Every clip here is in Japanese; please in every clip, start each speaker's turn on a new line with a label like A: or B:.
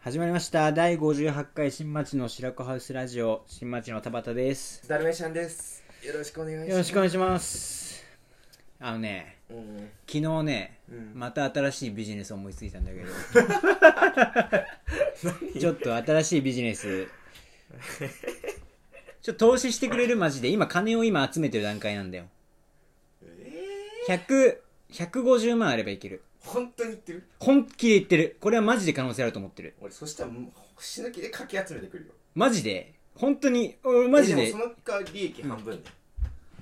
A: 始まりました第58回新町の白子ハウスラジオ新町の田畑です
B: ダルメシアンです。よろしくお願いします。
A: よろしくお願いしますあのね
B: うん
A: 昨日ね、
B: うん
A: また新しいビジネス思いついたんだけ どちょっと新しいビジネスちょっと投資してくれるマジで今金を今集めてる段階なんだよ100 150万あればいける
B: 本当に言ってる
A: 本気で言ってるこれはマジで可能性あると思ってる
B: 俺、そしたらもう死ぬ気でかき集めてくるよ。
A: マジで本当に俺マジ
B: え
A: で
B: もその代わり利益半分ね。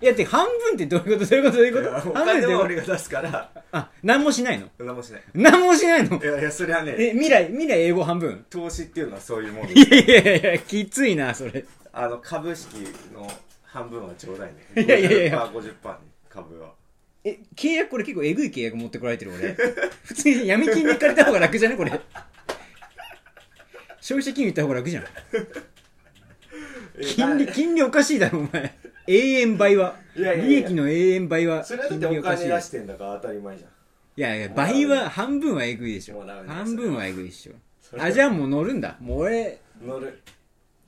A: いやって半分ってどういうことどういうことどういう
B: いや
A: こ
B: お
A: と半分ってど
B: 金
A: うい
B: は
A: うこ
B: 俺が出すから、
A: とあ何もしないの
B: 何もしない。
A: 何もしないの
B: いやいや、それはね、
A: え未来未来英語半分
B: 投資っていうのはそういうもんで
A: い
B: す。
A: やいやいやきついなそれ
B: あの、株式の半分はちょうだいね。
A: いやいやいやいや
B: 50%、50%ね、株は。
A: え契約これ結構えぐい契約持ってこられてる 俺普通に闇金に行かれた方が楽じゃねこれ消費者金融行った方が楽じゃん
B: え
A: 金利
B: だ
A: 金利おかしいだろお前永遠倍はい
B: やいやいや
A: 利益の永遠倍は
B: それはだっ
A: 金
B: て
A: 利
B: お
A: おかし
B: 金
A: い
B: 出してんだから当たり前じゃん。
A: いやいや、倍は、半分はえぐいでし
B: も
A: ょ
B: うダメ。だ
A: 半分はえぐいでしょ
B: そ。れ
A: あ、じゃあもう乗るんだ。もう俺、
B: 乗る。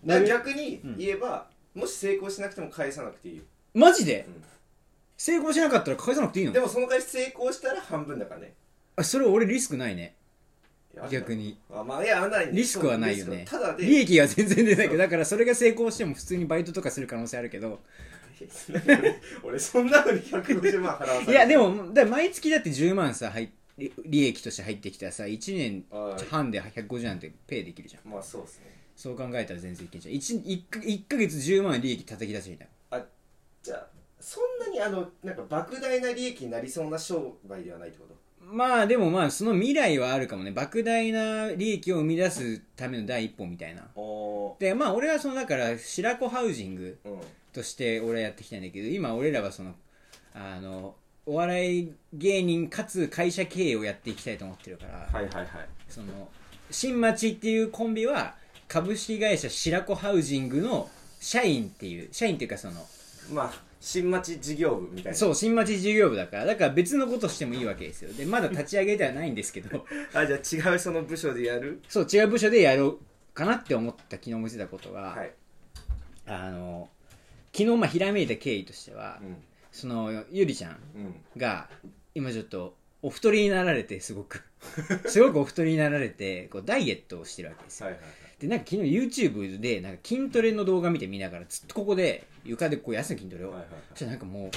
A: 乗
B: だ
A: る
B: から逆に言えば、もし成功しなくても返さなくていいよ。
A: マジで
B: うん
A: 成功しなかったら返さなくていいの
B: でもその代わり成功したら半分だからね。
A: あ、それ俺リスクないね。
B: いや
A: 逆に。
B: あまあいやないね
A: リスクはないよ
B: そうリ
A: ね
B: スクはただ。で
A: 利益は全然出ないけど、だからそれが成功しても普通にバイトとかする可能性あるけど。
B: 俺 俺そんなのに150万払わされ
A: いや、でも、だから毎月だって10万さ、入っ利利益として入ってきたらさ、1年
B: はい
A: 半で150なんてペイできるじゃん。
B: まあそうですね
A: そう考えたら全然いけんじゃん。1, 1ヶ月10万利益叩き出すみたいな。
B: じゃあそんなにあのなんか莫大な利益になりそうな商売ではないってこと
A: まあでもまあその未来はあるかもね莫大な利益を生み出すための第一歩みたいな
B: お
A: でまあ俺はそのだから白子ハウジング
B: うん
A: として俺はやってきたんだけど今俺らはそのあのお笑い芸人かつ会社経営をやっていきたいと思ってるから、
B: いはいはい
A: その新町っていうコンビは株式会社白子ハウジングの社員っていう社員っていうかその
B: まあ新町事業部みたいな
A: そう新町事業部だからだから別のことしてもいいわけですよでまだ立ち上げではないんですけ ど
B: あじゃあ違うその部署でやる
A: そう違う部署でやろうかなって思った昨日思いついたことが、
B: はい、
A: あの昨日まあひらめいた経緯としては、
B: うん
A: そのゆりちゃん
B: うん、
A: が今ちょっとお太りになられてすご くすごくお太りになられてこうダイエットをしてるわけですよ、
B: はいはい
A: でなんか昨日 YouTube でなんか筋トレの動画見て見ながらずっとここで床でこうやってたの筋トレを、
B: はいはい
A: そしたらなんかもう、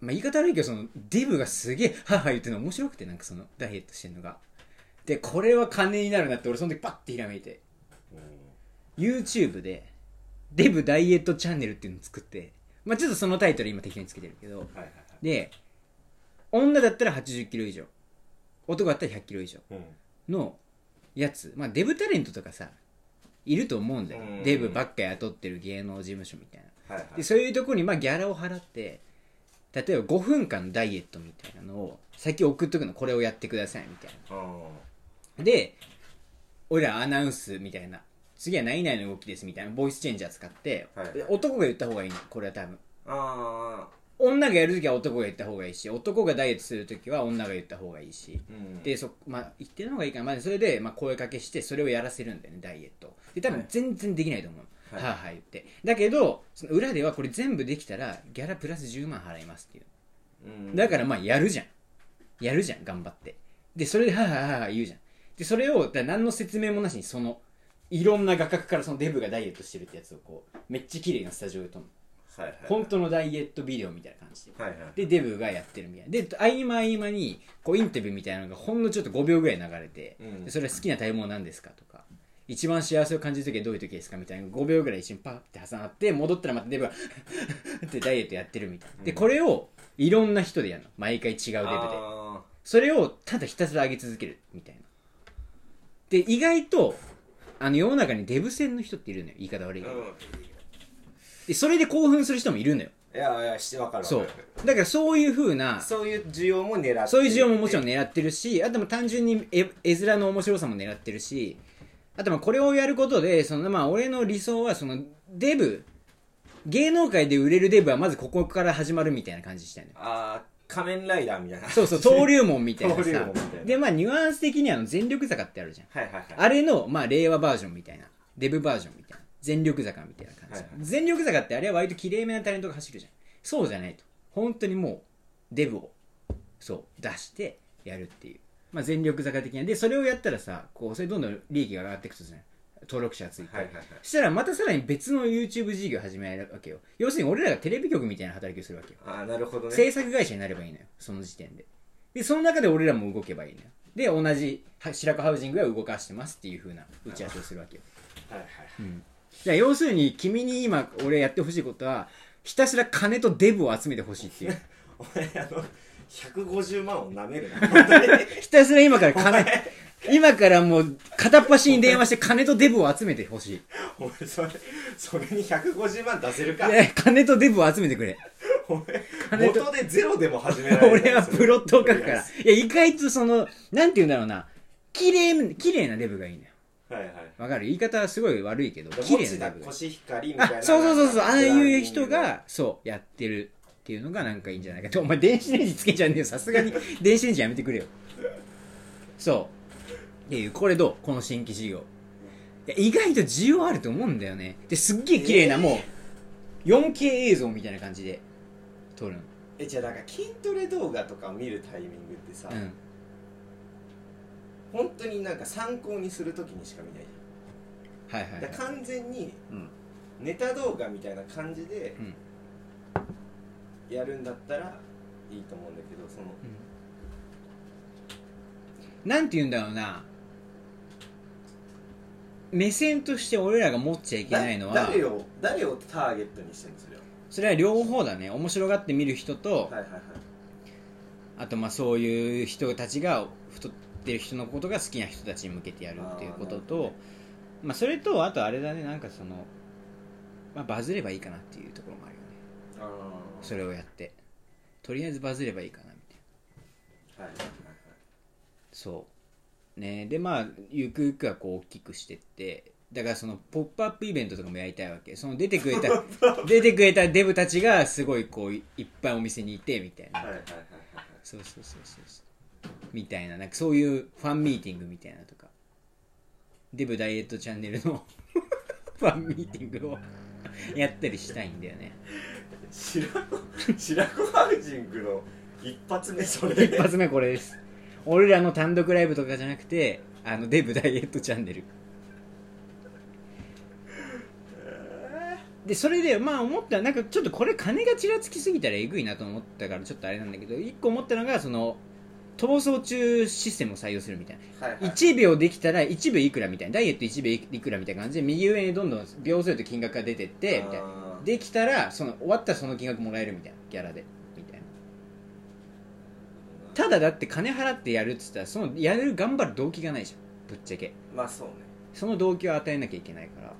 A: まあ、言い方悪いけどそのデブがすげえハーハー言ってるの面白くてなんかそのダイエットしてるのがでこれは金になるなって俺その時パッてひらめいて YouTube でデブダイエットチャンネルっていうのを作って、まあ、ちょっとそのタイトル今適当につけてるけど
B: はいはい
A: で女だったら8 0キロ以上男だったら1 0 0キロ以上
B: うん
A: のやつ、まあ、デブタレントとかさいると思うんだよ
B: うん
A: デブばっか雇ってる芸能事務所みたいな
B: はいは
A: で
B: い
A: そういうとこにまあギャラを払って例えば5分間のダイエットみたいなのを先送っとくのこれをやってくださいみたい
B: う
A: な
B: ん
A: で俺らアナウンスみたいな次は何々の動きですみたいなボイスチェンジャー使って、
B: はい
A: で男が言った方がいいのこれは多分
B: ああ
A: 女がやるときは男が言った方がいいし男がダイエットするときは女が言った方がいいし
B: うん
A: でそまあ言ってる方がいいかな、まあ、それで、まあ、声かけしてそれをやらせるんだよねダイエットをで多分
B: はい
A: 全然できないと思う、は
B: は
A: いい、はあはあ言ってだけどその裏ではこれ全部できたらギャラプラス10万払いますっていう
B: うん
A: だからまあやるじゃんやるじゃん頑張ってでそれではあはあはあはあ言うじゃんでそれをだから何の説明もなしにそのいろんな画角からそのデブがダイエットしてるってやつをこうめっちゃ綺麗なスタジオで撮るの
B: はいはい
A: 本当のダイエットビデオみたいな感じで
B: はいはい
A: でデブがやってるみたいなで合間合間にこうインタビューみたいなのがほんのちょっと5秒ぐらい流れて、
B: うん
A: でそれは好きな食べ物なんですかとか一番幸せを感じる時はどういう時ですかみたいな5秒ぐらい一瞬パッて挟まって戻ったらまたデブが ってダイエットやってるみたいなで
B: うん
A: これをいろんな人でやるの毎回違うデブで
B: あ
A: それをただひたすら上げ続けるみたいなで意外とあの世の中にデブ戦の人っているのよ言い方悪いけ
B: ー
A: ど、
B: うん
A: でそれで興奮する人もいるのよ
B: いやいやしてわかるわか
A: そ
B: る
A: うだからそういう風な
B: そういう需要も狙って
A: そういう需要ももちろん
B: ん
A: 狙ってるし、あとも単純に絵絵面の面白さも狙ってるし、あとまあこれをやることで、そのまあ俺の理想はそのデブ、芸能界で売れるデブはまずここから始まるみたいな感じしたいのよ。
B: あ仮面ライダーみたいな
A: そう そう登竜門みたいなさ
B: 登竜門みたいな
A: でまあニュアンス的にはあの全力坂ってあるじゃん
B: はいはいはい
A: あれの、まあ、令和バージョンみたいなデブバージョンみたいな全力坂みたいな感じ、
B: はいはい
A: 全力坂ってあれは割ときれいめなタレントが走るじゃんそうじゃないと本当にもうデブをそう出してやるっていう、まあ、全力坂的なでそれをやったらさこうそれどんどん利益が上がっていくとじゃない登録者がついて、
B: はいはいはい
A: したらまたさらに別の YouTube 事業を始められるわけよ要するに俺らがテレビ局みたいな働きをするわけよ
B: ああなるほどね
A: 制作会社になればいいのよその時点ででその中で俺らも動けばいいのよで同じは白子ハウジングは動かしてますっていう風な打ち合わせをするわけよ
B: はいはい
A: じゃあ要するに君に今俺やってほしいことはひたすら金とデブを集めてほしいっていう
B: お前あの150万をなめるな本当に
A: ひたすら今から金今からもう片っ端に電話して金とデブを集めてほしい
B: お前それそれに150万出せるか
A: で金とデブを集めてくれ
B: お前
A: 金と
B: 元でゼロでも始められる
A: 俺はプロットを書くから
B: はい
A: や意外とそのなんて言うんだろうな綺麗綺麗なデブがいいのよ
B: いはい
A: わかる言い方はすごい悪いけど綺麗
B: 持
A: な
B: 田
A: デブがいい
B: コシヒカリみたいな
A: あそうそうそうそうああいう人がそうやってるっていうのがなんかいいんじゃないかとお前電子レンジつけちゃうねえよさす がに電子レンジやめてくれよそうっていうこれどうこの新規事業いや意外と需要あると思うんだよねですっげえ綺麗な、
B: えー
A: もう 4K 映像みたいな感じで撮るの
B: えじゃあなんか筋トレ動画とかを見るタイミングってさ、
A: うん
B: 本当になんか参考にするときにしか見ないじ
A: はいはい、
B: ゃ
A: はい
B: ん、だから完全に
A: うん、
B: ネタ動画みたいな感じで
A: うん
B: やるんだったらいいと思うんだけどその
A: なんて言うんだろうな目線として俺らが持っちゃいけないのは
B: だ誰を誰をターゲットにしてるんですよ
A: それは両方だね面白がって見る人と、
B: はいはいはい
A: あとまあそういう人たちが太ってる人のことが好きな人たちに向けてやるっていうこと
B: あーな
A: と
B: るほ
A: まあ、それとあとあれだねなんかその、まあ、バズればいいかなっていうところもあるよね
B: あー
A: それをやってとりあえずバズればいいかなみたいな
B: はいはいはいはい
A: そうねでまあゆくゆくはこう大きくしてってだからそのポップアップイベントとかもやりたいわけその出てくれた 出てくれたデブたちがすごいこういいっぱいお店にいてみたいな
B: はいはいはいはいはい
A: そうそうそうそうそうみたいななんかそういうファンミーティングみたいなのとかデブダイエットチャンネルの ファンミーティングを やったりしたいんだよね
B: 白子白子ハウジングの一 発目それ
A: 一発目これです俺らの単独ライブとかじゃなくてあのデブダイエットチャンネルでそれでまあ思ったなんかちょっとこれ金がちらつきすぎたらえぐいなと思ったからちょっとあれなんだけど一個思ったのがその逃走中システムを採用するみたいな
B: はいはい
A: 1秒できたら1秒いくらみたいなダイエット1秒いくらみたいな感じで右上にどんどん秒数と金額が出てってみたいな
B: あー
A: できたらその終わったらその金額もらえるみたいなギャラでみたいなただだって金払ってやるっつったらそのやる頑張る動機がないじゃんぶっちゃけ
B: まあそうね
A: その動機を与えなきゃいけないから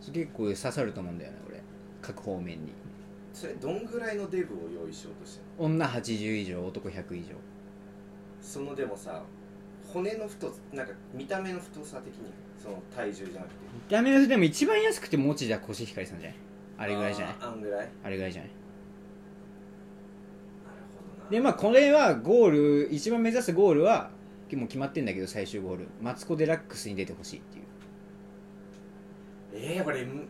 A: それ結構刺さると思うんだよね俺各方面に
B: それどんぐらいのデブを用意しようとしてるの
A: 女80以上男100以上
B: そのでもさ骨の太さなんか見た目の太さ的にその体重じゃなくて
A: ダメですでも一番安くて持田コシヒカリさんじゃないあ
B: あ
A: れぐらいじゃない
B: ーあんぐらいなる
A: あれぐらいじゃない
B: ほどな
A: でまあこれはゴール一番目指すゴールはもう決まってんだけど最終ゴールマツコ・デラックスに出てほしいっていう
B: えー、これむ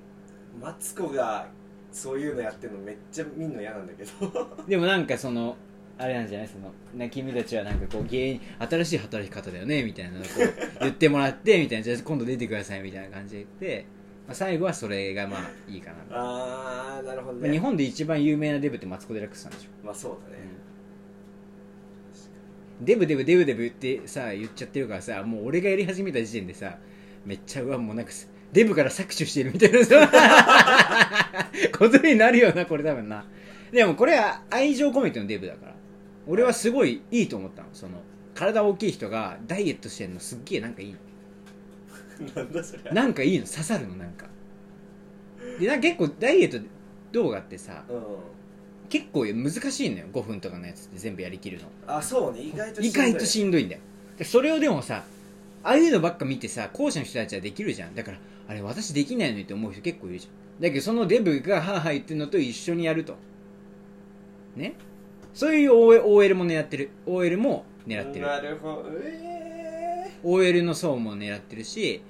B: マツコがそういうのやってるのめっちゃ見んの嫌なんだ けど
A: でもなんかそのあれなんじゃないそのな君たちはなんかこう芸人新しい働き方だよねみたいなのをこう言ってもらってみたいなじゃあ今度出てくださいみたいな感じで言って、まあ、最後はそれがまあいいかな、
B: ああなるほど
A: まあ、
B: ね
A: 日本で一番有名なデブってマツコ・デラックスさんでしょ
B: まあそうだね、
A: デブデブデブデブってさ言っちゃってるからさもう俺がやり始めた時点でさめっちゃうわもうなんかさデブから搾取してるみたいなさ ことになるよなこれ多分なでもこれは愛情込めてのデブだから俺はすごいいいと思ったのその体大きい人がダイエットしてるのすっげえなんかいいの
B: なんだそれ
A: なんかいいの刺さるのなんかでなんか結構ダイエット動画ってさ
B: うん
A: 結構難しいのよ5分とかのやつって全部やりきるの
B: あそうね意外と
A: 意
B: んどい
A: 外としんどいんだよでそれをでもさああいうのばっか見てさ後者の人たちはできるじゃんだからあれ私できないのにって思う人結構いるじゃんだけどそのデブがハーハー言ってるのと一緒にやるとねそういう OL, OL も狙ってる OL も狙ってる
B: なるほどえ
A: OL の層も狙ってるし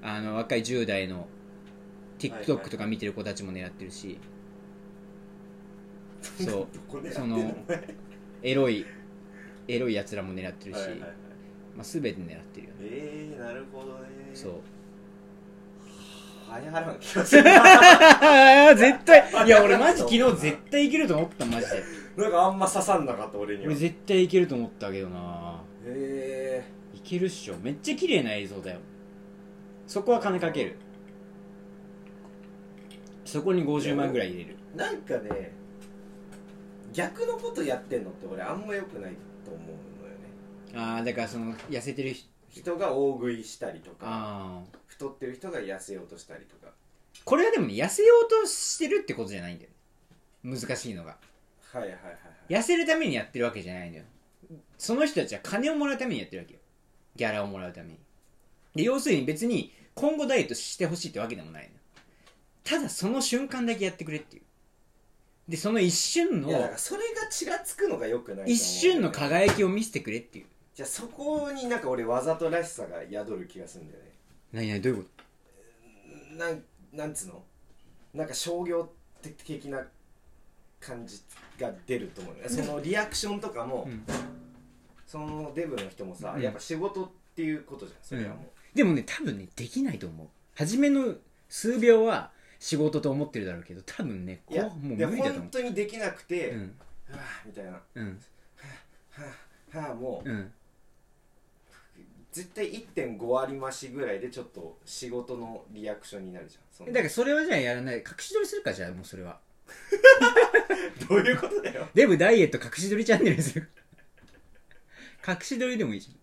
A: あの若い10代の
B: はいは
A: TikTok
B: い
A: とか見てる子たちも狙ってるし、
B: え
A: そう
B: どこでやって
A: そ
B: ん
A: の
B: のお前
A: エロいエロいやつらも狙ってるし、
B: はいはいはい
A: まあ、全て狙ってるよね
B: えー、なるほどね
A: そう
B: 流 行らん気がする
A: 絶対いや俺マジ昨日絶対いけると思ったマジで
B: なんかあんま刺さんなかった俺には
A: 俺絶対いけると思ったけどな
B: え
A: いけるっしょめっちゃ綺麗な映像だよそこは金かけるそこに50万ぐらい入れる
B: ー、なんかね逆のことやってんのって俺あんま良くないと思うのよね
A: ああだからその痩せてる人
B: 人が大食いしたりとか
A: ああ
B: 太ってる人が痩せようとしたりとか
A: これはでもね痩せようとしてるってことじゃないんだよ難しいのが
B: はいはいはいはい
A: 痩せるためにやってるわけじゃないのよその人たちは金をもらうためにやってるわけよギャラをもらうためにで要するに別に今後ダイエットしてほしいってわけでもないのただその瞬間だけやってくれっていうでその一瞬の
B: いやだからそれがちらつくのが良くないと思う
A: 一瞬の
B: ね
A: 輝きを見せてくれっていう
B: じゃあそこになんか俺わざとらしさが宿る気がするんだよね
A: 何何どういうこ
B: なんなんつうのなんか商業的な感じが出ると思うねそのリアクションとかも、
A: うん
B: そのデブの人もさ、
A: うん
B: やっぱ仕事っていうことじゃんそれはもう、
A: でもね多分ねできないと思う初めの数秒は仕事と思ってるだろうけど多分ね
B: いや
A: 後半もう
B: で
A: 無理だと思
B: 本
A: う
B: 当にできなくて、
A: う
B: は
A: ん
B: あみたいなは
A: うん
B: あはあもう、
A: うん
B: 絶対1.5割増しぐらいでちょっと仕事のリアクションになるじゃんその
A: だからそれはじゃあやらない隠し撮りするかじゃあもうそれは
B: どういうことだよ
A: デブダイエット隠し撮りチャンネルにする隠し撮りでもいいじ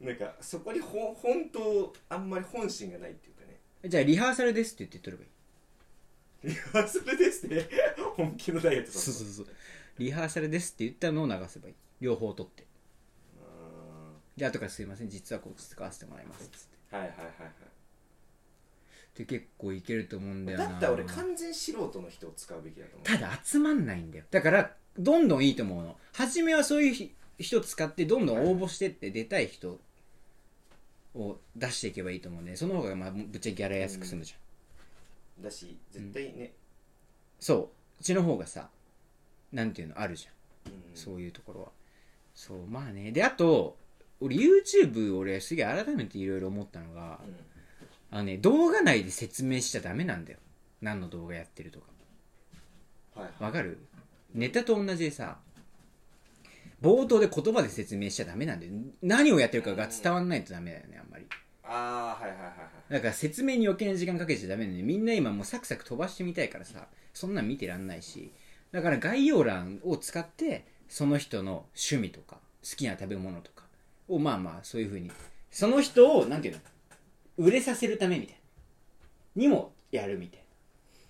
B: なんかそこにほ本当あんまり本心がないっていうかね
A: ゃんじゃあリハーサルですって言って撮ればいい
B: リハーサルですね 本気のダイエットだと
A: そうそうそうリハーサルですって言ったのを流せばいい両方撮ってじゃあ後からすいません実はこう使わせてもらいますっつっ
B: うんはいはいは
A: てで結構いけると思うんだ
B: い
A: よ
B: はい
A: な
B: だったら俺完全素人の人を使うべきだと思う
A: ただ集まんないんだよだからどんどんいいと思うの初めはそういうひ人使ってどんどん応募してって出たい人を出していけばいいと思うんでその方がまあぶっちゃけギャラ安く済むじゃん、
B: だし絶対ね、
A: そううちの方がさなんていうのあるじゃん
B: うん
A: そういうところはそうまあねであと俺 YouTube 俺すげえ改めていろいろ思ったのが
B: うん
A: あのね動画内で説明しちゃダメなんだよ何の動画やってるとか
B: はいはい
A: わかるネタと同じでさ冒頭で言葉で説明しちゃダメなんだよ何をやってるかが伝わんないとダメだよねあんまり
B: ああはいはいはいはい
A: だから説明に余計な時間かけちゃダメだよねみんな今もうサクサク飛ばしてみたいからさそんなん見てらんないしだから概要欄を使ってその人の趣味とか好きな食べ物とかをまあまあそういうふうにその人をなんていうの売れさせるためみたいなにもやるみたいな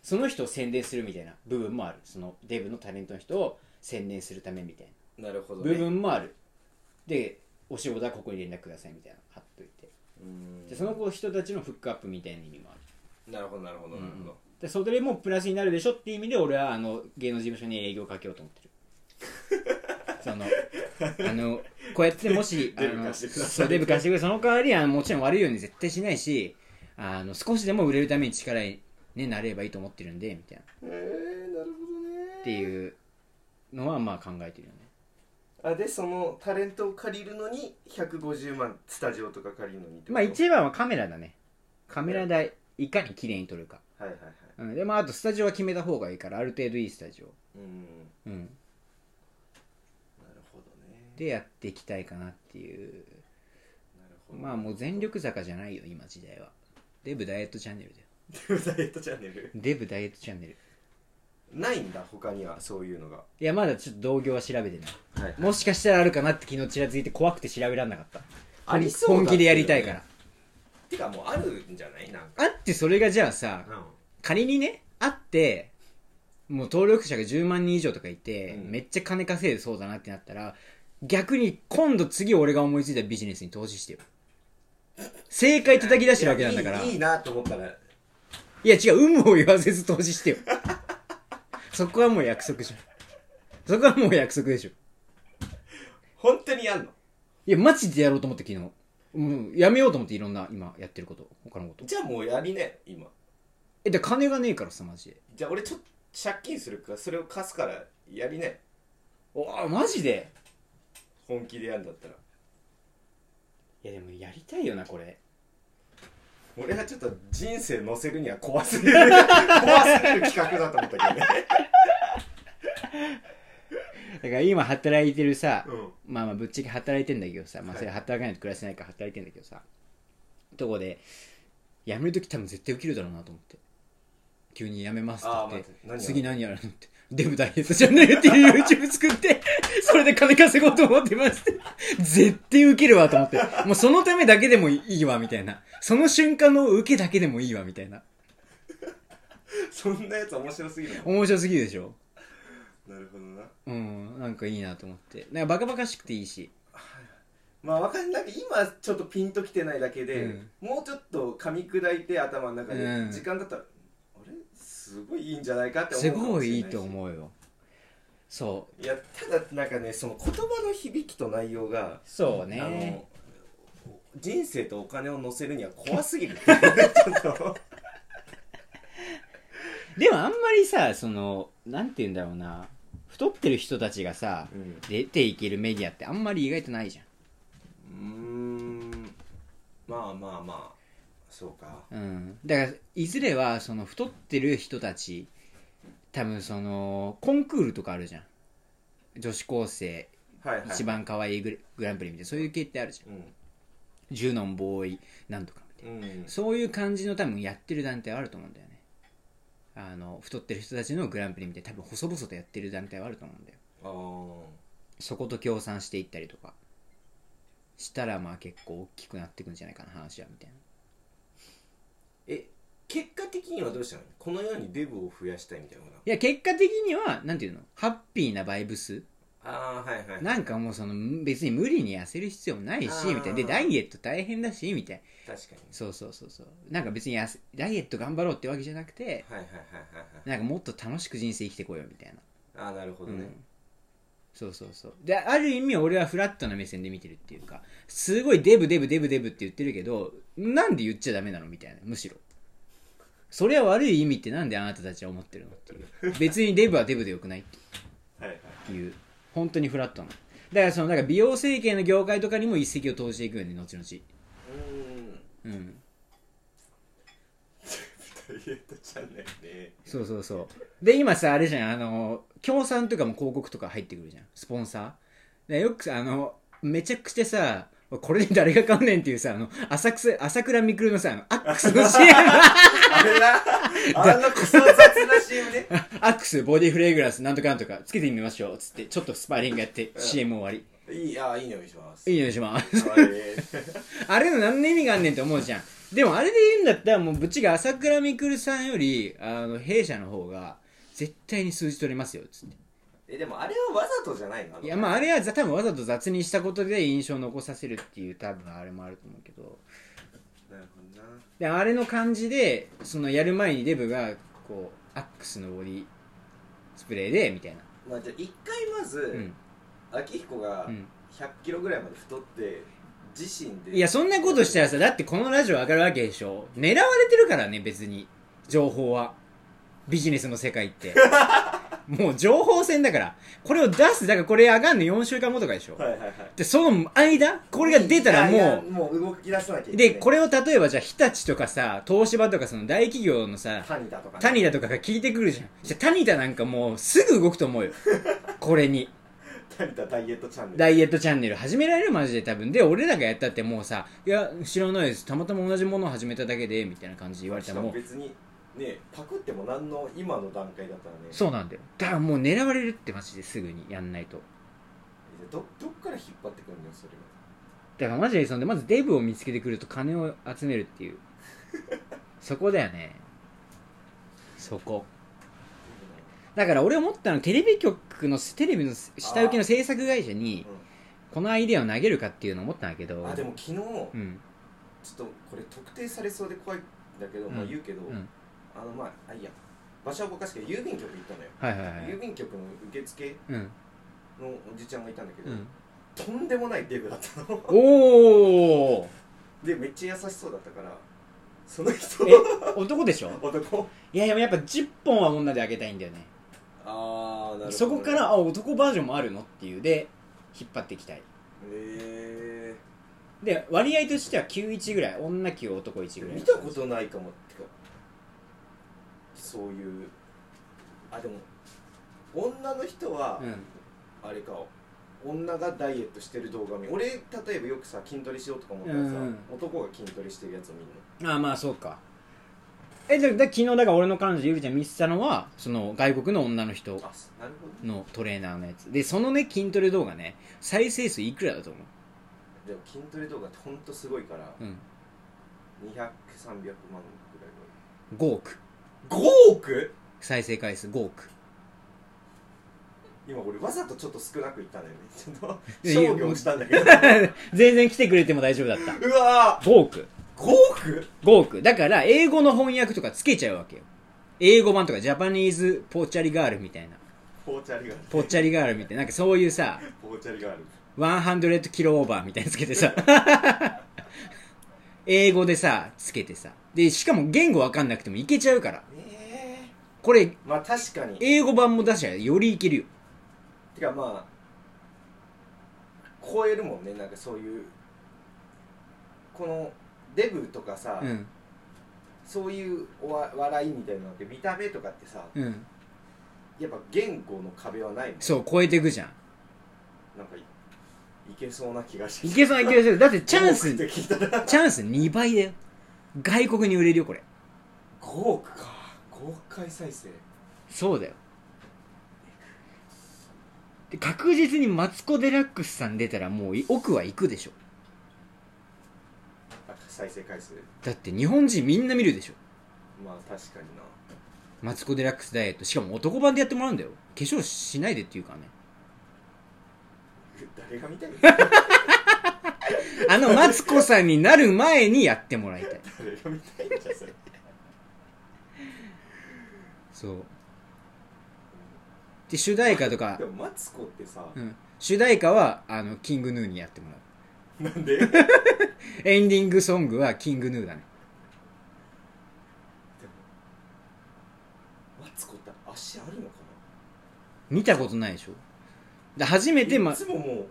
A: その人を宣伝するみたいな部分もあるそのデブのタレントの人を宣伝するためみたい
B: なるほ
A: な
B: ど
A: 部
B: ね
A: 分もあるでお仕事はここに連絡くださいみたいなの貼っといて
B: うん
A: でその子人たちのフックアップみたいな意味もある
B: なるほどなるほどなるほど、
A: でそれもプラスになるでしょっていう意味で俺はあの芸能事務所に営業かけようと思ってるそのあのこうやってもしあ
B: デブ
A: の
B: 貸してくださ
A: そ
B: い
A: うデブ貸してくれその代わりあのもちろん悪いように絶対しないしあの少しでも売れるために力に、ね、なれればいいと思ってるんでみたいなっ
B: ええなるほどね
A: ていうのはまあ考えてるよね
B: あでそのタレントを借りるのに150万スタジオとか借りるのにってこと
A: まあ一番はカメラだねカメラ代いかに綺麗に撮るか、
B: はいはいはい
A: うん、でまああとスタジオは決めた方がいいからある程度いいスタジオ、
B: うん
A: うん、
B: なるほどね
A: でやっていきたいかなっていう
B: なるほど
A: まあもう全力坂じゃないよ今時代はデブダイエットチャンネルだよ
B: デブ ダイエットチャンネル
A: デブダイエットチャンネル
B: ないんだ他にはそういうのが
A: いやまだちょっと同業は調べてない
B: はい
A: もしかしたらあるかなって昨日ちらついて怖くて調べらんなかった
B: ありそうだ
A: 本気でやりたいから
B: てかもうあるんじゃないなんか
A: あってそれがじゃあさ仮にねあってもう登録者が10万人以上とかいて、
B: うん
A: めっちゃ金稼いでそうだなってなったら逆に今度次俺が思いついたビジネスに投資してよ正解叩き出してるわけなんだから
B: いいいいなと思ったら
A: いや違う、有無を言わせず投資してよ。 そこはもう約束じゃん。そこはもう約束でしょ。
B: 本当にやんの
A: いや、マジでやろうと思って昨日。うん、やめようと思っていろんな今やってること、他のこと。
B: じゃあもうやりね今
A: え、で金がねえからさ、マジで。
B: じゃあ俺ちょっと借金するからそれを貸すからやりね
A: おあ、マジで
B: 本気でやんだったら
A: いやでもやりたいよな、これ。
B: 俺がちょっと人生乗せるには怖すぎる怖すぎる企画だと思ったけどね
A: だから今働いてるさ、
B: うん
A: まあまあぶっちゃけ働いてんだけどさ、まあ
B: はい
A: それ働かないと暮らせないから働いてんだけどさ、とこで、辞めるとき多分絶対起きるだろうなと思って。急に辞めますっ
B: あー
A: て
B: 待って
A: 言って、
B: 何やる
A: 次何やるのって、デブダイエットチャンネルっていう YouTube 作って、それで金稼ごうと思ってますって。絶対受けるわと思って、もうそのためだけでもいいわみたいな。その瞬間の受けだけでもいいわみたいな。
B: そんなやつ面白すぎる
A: 面白すぎるでしょ
B: なるほどな
A: うん、なんかいいなと思って。なんかバカバカしくていいし。
B: まあわかんなんか今ちょっとピンときてないだけで、
A: うん
B: もうちょっと噛み砕いて頭の中
A: う
B: で
A: ん
B: 時間だったら、あれすごいいいんじゃないかって思
A: す
B: うかも
A: ご
B: しれない
A: いいい
B: し
A: と思うよそ
B: いやただなんかねその言葉の響きと内容が
A: うそう
B: あ
A: ね
B: の人生とお金を乗せるには怖すぎる ちょっと
A: でもあんまりさそのなんて言うんだろうな太ってる人たちがさ、
B: うん
A: 出ていけるメディアってあんまり意外とないじ
B: うーんまあまあまあそうか
A: ゃんうんだからいずれはその太ってる人たち多分そのコンクールとかあるじゃん女子高生
B: はいはい
A: 一番可愛いググランプリみたいなそういう系ってあるじゃんジュノンボーイなんとかみたいな
B: うん、うん、
A: そういう感じの多分やってる団体はあると思うんだよね。あの、太ってる人たちのグランプリみたいな多分細々とやってる団体はあると思うんだよ。
B: あー
A: そこと協賛していったりとか。したらまあ結構大きくなってくんじゃないかな、話はみたいな。
B: え結果的にはどうしたのこのようにデブを増やしたいみたいなこと
A: いや、結果的には、なんていうのハッピーなバイブス
B: ああはいはい
A: なんかもうその、別に無理に痩せる必要もない
B: あ
A: し、
B: ー
A: みたいな。で、ダイエット大変だし、みたいな。
B: 確かに
A: そうそうそうそう。なんか別に痩せダイエット頑張ろうってわけじゃなくて、
B: はいはいはいはいはい
A: なんかもっと楽しく人生生きてこようみたいな。
B: ああなるほど
A: う
B: ね、
A: ん、そうそうそうである意味俺はフラットな目線で見てるっていうかすごいデブデブデブデブって言ってるけどなんで言っちゃダメなのみたいなむしろそれは悪い意味ってなんであなたたちは思ってるのっていう別にデブはデブでよくないっ
B: はいはい
A: ていう本当にフラットなだからそのなんか美容整形の業界とかにも一石を投じていくよね後々
B: うーん
A: うん
B: ダイエットチャンネルね
A: そうそうそうで今さあれじゃんあの協賛とかも広告とか入ってくるじゃんスポンサーでよくさあのめちゃくちゃさこれに誰が買うねんっていうさあの浅草朝倉未来のさあのアックスの CM
B: あれだ あのクソ雑な CM ね
A: アックスボディフレグランスなんとかなんとかつけてみましょうつってちょっとスパーリングやって CM 終わり
B: いいあーいいねお願いします
A: いいねします
B: はい
A: あれの何の意味があんねんって思うじゃんでもあれで言うんだったらもうぶっちが朝倉未来さんよりあの弊社の方が絶対に数字取れますよつって
B: えでもあれはわざとじゃないの
A: いやまああれはざ多分わざと雑にしたことで印象を残させるっていう多分あれもあると思うけど
B: なるほどな
A: であれの感じでそのやる前にデブがこうアックスのボディスプレーでみたいな
B: まあじゃあ一回ま
A: う
B: ず
A: ん、
B: 秋彦が
A: うん、
B: 100キロぐらいまで太って自身で
A: いやそんなことしたらさだってこのラジオ上がるわけでしょ狙われてるからね別に情報はビジネスの世界って もう情報戦だからこれを出すだからこれ上がんの4週間後とかでしょ
B: はいはいはい
A: でその間これが出たら
B: いやい
A: も
B: や
A: う
B: もう動き出さなきゃいけない
A: で、これを例えばじゃあ日立とかさ、東芝とかその大企業のさ、
B: タニタとかね
A: タニダとかが聞いてくるじゃん。じゃあタニダなんかもうすぐ動くと 思うよ。これに。
B: タニタダイエットチャンネル
A: ダイエットチャンネル始められるマジで多分。で、俺らがやったってもうさ、いや、知らないです。たまたま同じものを始めただけで、みたいな感じで言われた
B: し
A: ら
B: か
A: も
B: も
A: う、
B: 別にねパクっても何の今の段階だったらね
A: そうなんだよ。だからもう狙われるってマジですぐにやんないと。
B: どどっから引っ張ってくるのよそれは
A: だからマジでそのまずデブを見つけてくると金を集めるって いう。そこだよね。そこ。だから俺思ったのテレビ局のテレビの下請けの制作会社にこのアイデアを投げるかっていうのを思ったんだけど
B: あでも昨日、
A: うん
B: ちょっとこれ特定されそうで怖いんだけど、
A: うん
B: まあ言うけど、
A: うん
B: あのまああいいや場所はぼかすけど郵便局行ったのよ、
A: はいはいはい
B: 郵便局の受付
A: うん
B: のおじちゃんがいたんだけど、
A: うん
B: とんでもないデブだったの
A: おお
B: でめっちゃ優しそうだったからその人
A: え男でしょ
B: 男
A: いやいややっぱ10本は女であげたいんだよね
B: ああなるほど
A: そこからあ男バージョンもあるのっていうで引っ張っていきたい
B: え
A: で割合としては91ぐらい女9男1ぐらい
B: 見たことないかもってかそういうあでも女の人は、
A: うん
B: あれか女がダイエットしてる動画見俺例えばよくさ筋トレしようとか思ったらさ、
A: うん
B: 男が筋トレしてるやつを見るの
A: ああまあそうかえじゃあだ昨日だから俺の彼女ゆりちゃん見せたのはその外国の女の人
B: あすなるほど
A: のトレーナーのやつでそのね筋トレ動画ね再生数いくらだと思
B: でも筋トレ動画ってほんとすごいから
A: ううん
B: 200300万ぐらい
A: 5億
B: 5億
A: 再生回数5億
B: 今俺わざとちょっと少なく言ったんだよねちょっと
A: いやいや
B: 商業したんだけど
A: 全然来てくれても大丈夫だった
B: うわ
A: 5億
B: ー5億
A: 5億だから英語の翻訳とかつけちゃうわけよ英語版とかジャパニーズポーチャリガールみたいな
B: ポーチャリガー
A: ポーチャリガールみたいななんかそういうさ
B: ルポーチャリガール
A: 100キロオーバーみたいにつけてさ 英語でさつけてさでしかも言語わかんなくてもいけちゃうから
B: ええ
A: これ
B: まあ確かに
A: 英語版も出しちゃよりいけるよ
B: てかまあ超えるもんねなんかそういうこのデブとかさ、
A: うん
B: そういうおわ笑いみたいなのって見た目とかってさ
A: うん
B: やっぱ言語の壁はないもん
A: そう超えていくじゃん
B: なんかいいけそうな気がして
A: い
B: き
A: けそうないけそうだってチャン
B: 5億っ
A: ス
B: て聞いたら
A: チャンス2倍だよ外国に売れるよこれ
B: 5億か5億回再生
A: そうだよで確実にマツコ・デラックスさん出たらもうい奥は行くでしょ
B: あ再生回数
A: だって日本人みんな見るでしょ
B: まあ確かにな
A: マツコ・デラックスダイエットしかも男版でやってもらうんだよ化粧しないでっていうからね
B: 誰が見 たい
A: あのマツコさんになる前にやってもらいたい
B: 誰が見たいんじゃそれ
A: そうで主題歌とか
B: で、もマツコってさ、
A: うん、主題歌はあのキングヌーにやってもらう
B: なんで
A: エンディングソングはキングヌーだね
B: マツコって足あるのか
A: 見たことないでしょで初め
B: な
A: て、ま
B: い、つももう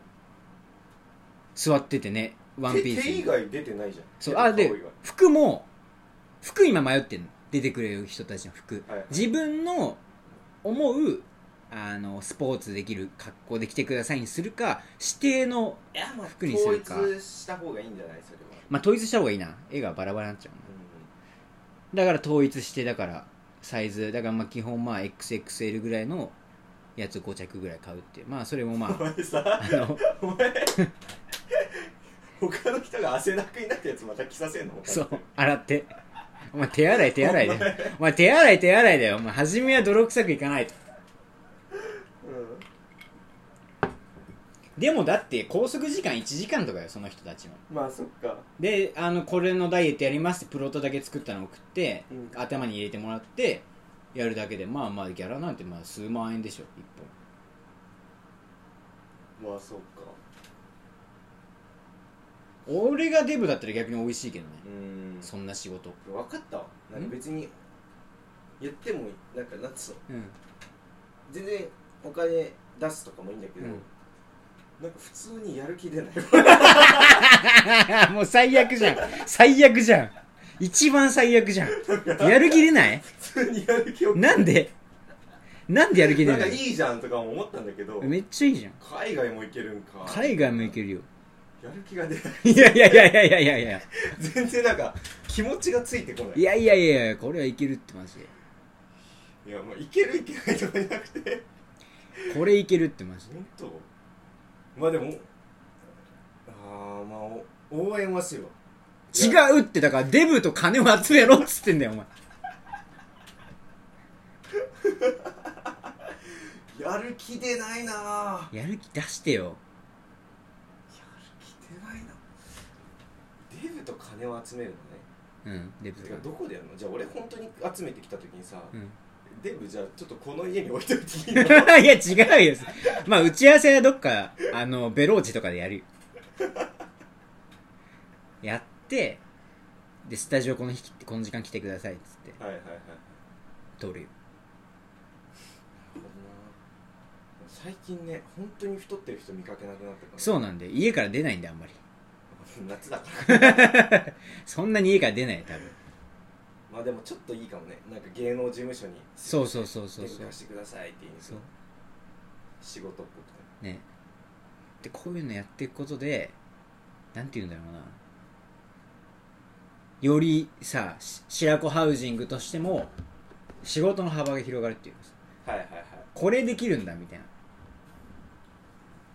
A: 座っててねワン
B: 手
A: ピース
B: 手以
A: に
B: 外出てないじゃん
A: そう
B: 手と
A: あで
B: 顔以外
A: 服も服今迷ってんの出てくれる人たちの服
B: はい
A: 自分の思うあのスポーツできる格好で来てくださいにするか指定の、
B: いやまあ
A: 服にするか
B: 統一した方がいいんじゃないそれは、
A: まあ、統一した方がいいな絵がバラバラになっちゃうなだ
B: う
A: から統一してだからサイズだからまあ基本まあ XXL ぐらいのやつ5着ぐらい買うっていうまあそれもま
B: ん、お
A: あ
B: 前さ
A: あの
B: お前他の人が汗だくになったやつまた着させんの
A: そう洗ってお前手洗い手洗いだよお前手洗い手洗いだよお前初めは泥臭くいかないと
B: うん
A: でもだって拘束時間1時間とかよその人たちの
B: まあそっか
A: であのこれのダイエットやりますってプロトだけ作ったのを送って、
B: うん
A: 頭に入れてもらってやるだけでまあまあギャラなんてまあ数万円でしょ一本
B: まあそっか
A: 俺がデブだったら逆に美味しいけどね
B: うん
A: そんな仕事
B: 分かったわなん
A: ん
B: か別に言ってもなんかなんつう
A: う
B: の
A: ん
B: 全然お金出すとかもいいんだけど、
A: うん
B: なんか普通にやる気出ない
A: もう最悪じゃん最悪じゃん一番最悪じゃんやる気出ない
B: 普通にやる気を
A: なんでなんでやる気出
B: なん
A: な
B: か
A: い
B: いいじゃんとかも思ったんだけど
A: めっちゃいいじゃん
B: 海外も行けるんか
A: 海外も行けるよ
B: やる気が出ない
A: いやいやいやいやいやいやいや
B: 全然なんか気持ちがついてこない
A: いやいやいやいやこれはいけるってマジで
B: いやまあいけるいけないとかじゃなくて
A: これいけるってマジで
B: 本当まあでもああまあお応援はするわ
A: 違うってだからデブと金を集めろっつってんだよお前
B: やる気出ないなあ
A: やる気出してよ
B: やる気出ないなデブと金を集めるのね
A: うんデブ
B: て
A: と
B: か
A: か
B: どこでやるのじゃあ俺本当に集めてきた時にさ、
A: うん
B: デブじゃあちょっとこの家に置いといていいの
A: いや、違うよ。まあ、打ち合わせはどっか、あの、ベローチとかでやるよ。やって、で、スタジオこの日、この時間来てください、っつって、
B: はいはいはい
A: 撮るよ。
B: 最近ね本当に太ってる人見かけなくなったから
A: そうなんで、家から出ないんで、あんまり。
B: 夏だから
A: そんなに家から出ない、多分。
B: まあでもちょっといいかもねなんか芸能事務所に
A: そうそうそうそう
B: デ
A: そ
B: ブ
A: う
B: 化。してくださいって言うんです
A: そ
B: よ
A: う。
B: 仕事っぽく
A: ね。で、こういうのやっていくことで、なんて言うんだろうな。よりさ、し白子ハウジングとしても、仕事の幅が広がるっていうかさ
B: はいはいはい
A: これできるんだみたいな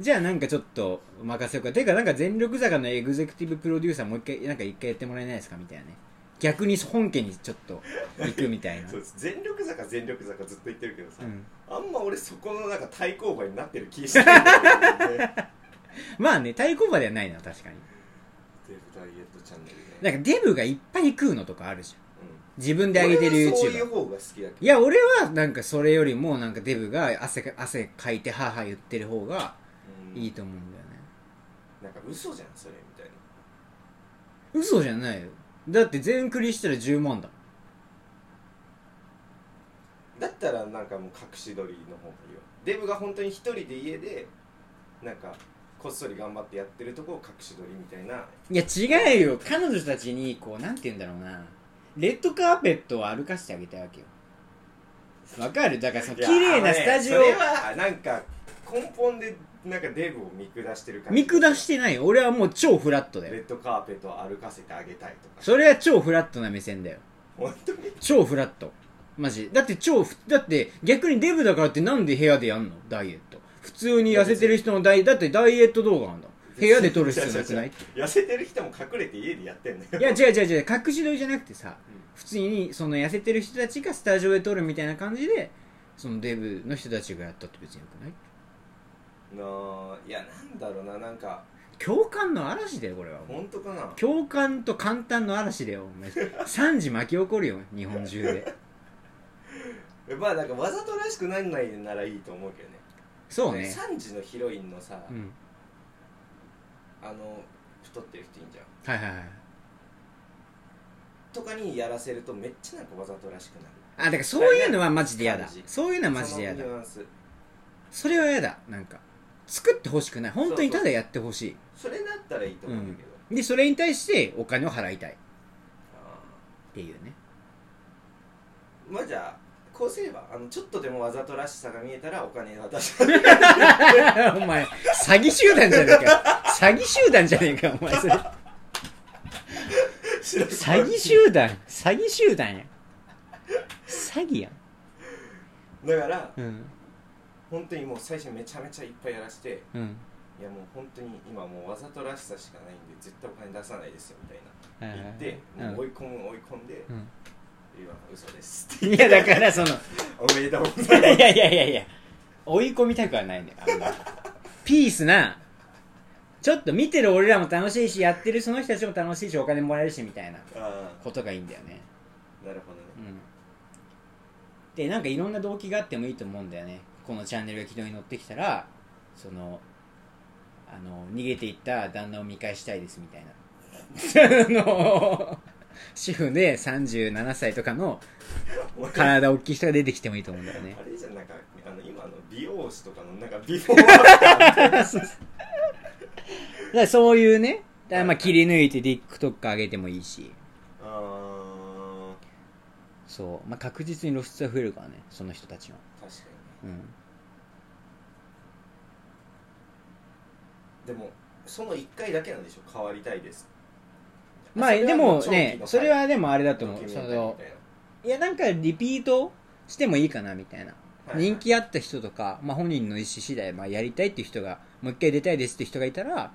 A: じゃあなんかちょっと任せようかていうかなんか全力坂のエグゼクティブプロデューサーもう一回なんか一回やってもらえないですかみたいなね逆に本家にちょっと行くみたいな
B: そうです全力坂全力坂ずっと言ってるけどさ、
A: うん、
B: あんま俺そこのなんか対抗馬になってる気してないんだけどね
A: まあね対抗馬ではないな確かに
B: デブダイエットチャンネル
A: な
B: ね
A: んかデブがいっぱい食うのとかあるじゃん
B: うん
A: 自分 で上げてる YouTuber
B: 俺はそういう方が好きだけ
A: いや俺はなんかそれよりもなんかデブが汗か汗かいてハーハー言ってる方が
B: ど、うん
A: いいと思うんだよね
B: なんか嘘じゃんそれみたいな
A: 嘘じゃないよだって全クリしたら10万だもん
B: だったらなんかもう隠し撮りの方がいいわデブが本当に一人で家でなんかこっそり頑張ってやってるとこを隠し撮りみたいない
A: や違うよ彼女たちにこうなんて言うんだろうなレッドカーペットを歩かせてあげたいわけよわかるだからその綺麗なスタジオ
B: いやあのねそれはなんか根本でなんかデブを見下してる感じ
A: 見下してないよ俺はもう超フラットだ
B: レ
A: よ
B: ッドカーペットを歩かせてあげたいとか
A: それは超フラットな目線だよ
B: 本当に
A: 超フラットマジだって超ふだって逆にデブだからってなんで部屋でやんのダイエット普通に痩せてる人のダイだってダイエット動画なんだ部屋で撮る必要なくない
B: 痩せてる人も隠れて家でやってんのよ
A: い や違う違う違う隠し撮りじゃなくてさ、
B: うん
A: 普通にその痩せてる人たちがスタジオで撮るみたいな感じでそのデブの人たちがやったって別によくない
B: なあいやなんだろうななんか
A: 共感の嵐だよこれは
B: 本当かな
A: 共感と簡単の嵐だよお前3時巻き起こるよ日本中で
B: まあなんかわざとらしくなんないならいいと思うけどね
A: そう ね
B: 3時のヒロインのさ、
A: うん
B: あの太ってる人いいんじゃん
A: はいはいはい
B: とかにやらせるとめっちゃなんかわざとらしくなる
A: あだからそういうのはマジで嫌だ
B: 感じ
A: そういうのはマジで嫌だ
B: そのニュアンス
A: それは嫌だなんか作ってほしくない本当にただやってほし
B: それだったらいいと思うんだけど、
A: いでそれに対してお金を払いたいっていう ね
B: あーまあじゃあこうすればあのちょっとでもわざとらしさが見えたらお金渡した
A: お前、詐欺集団じゃねえか。詐欺集団じゃねえか、お前それ。詐欺集団、詐欺集団や。詐欺やん。
B: だから
A: うん。
B: 本当にもう最初めちゃめちゃいっぱいやらして
A: うん。
B: いやもう本当に今もうわざとらしさしかないんで絶対お金出さないですよみたい
A: はいは
B: ない
A: は
B: 言
A: い
B: って、
A: うん
B: もう追い込む追い込んで
A: うん
B: 今嘘ですって
A: いや、だからその、い
B: おめでとうござい
A: や
B: ます
A: いやいやいや、追い込みたくはないんだよ。あんまりピースな、ちょっと見てる俺らも楽しいし、やってるその人たちも楽しいし、お金もらえるし、みたいな
B: あ
A: ことがいいんだよね。
B: あなるほどね
A: うんでなんかいろんな動機があってもいいと思うんだよねこのチャンネルが軌道に乗ってきたらそのあの逃げていった旦那を見返したいですみたいな あの主婦で37歳とかの
B: 俺
A: 体大きい人が出てきてもいいと思うんだよね
B: あれじゃんなんかあの今の美容師とかのなんかビフォー アフターみたいな
A: だからそういうねだからまあ切り抜いて TikTok 上げてもいいし
B: あ
A: そう、まあ、確実に露出は増えるからねその人たちの
B: ー確かにね
A: うん
B: でもその1回だけなんでしょ変わりたいです
A: まあでもねそれ
B: あ
A: はでもあれだと
B: と
A: 思
B: 思
A: う
B: う
A: そ
B: そ
A: のいやなんかリピートしてもいいかなみたいな、人気あった人とか、まあ、本人の意思次第、まあ、やりたいっていう人がもう一回出たいですって人がいたら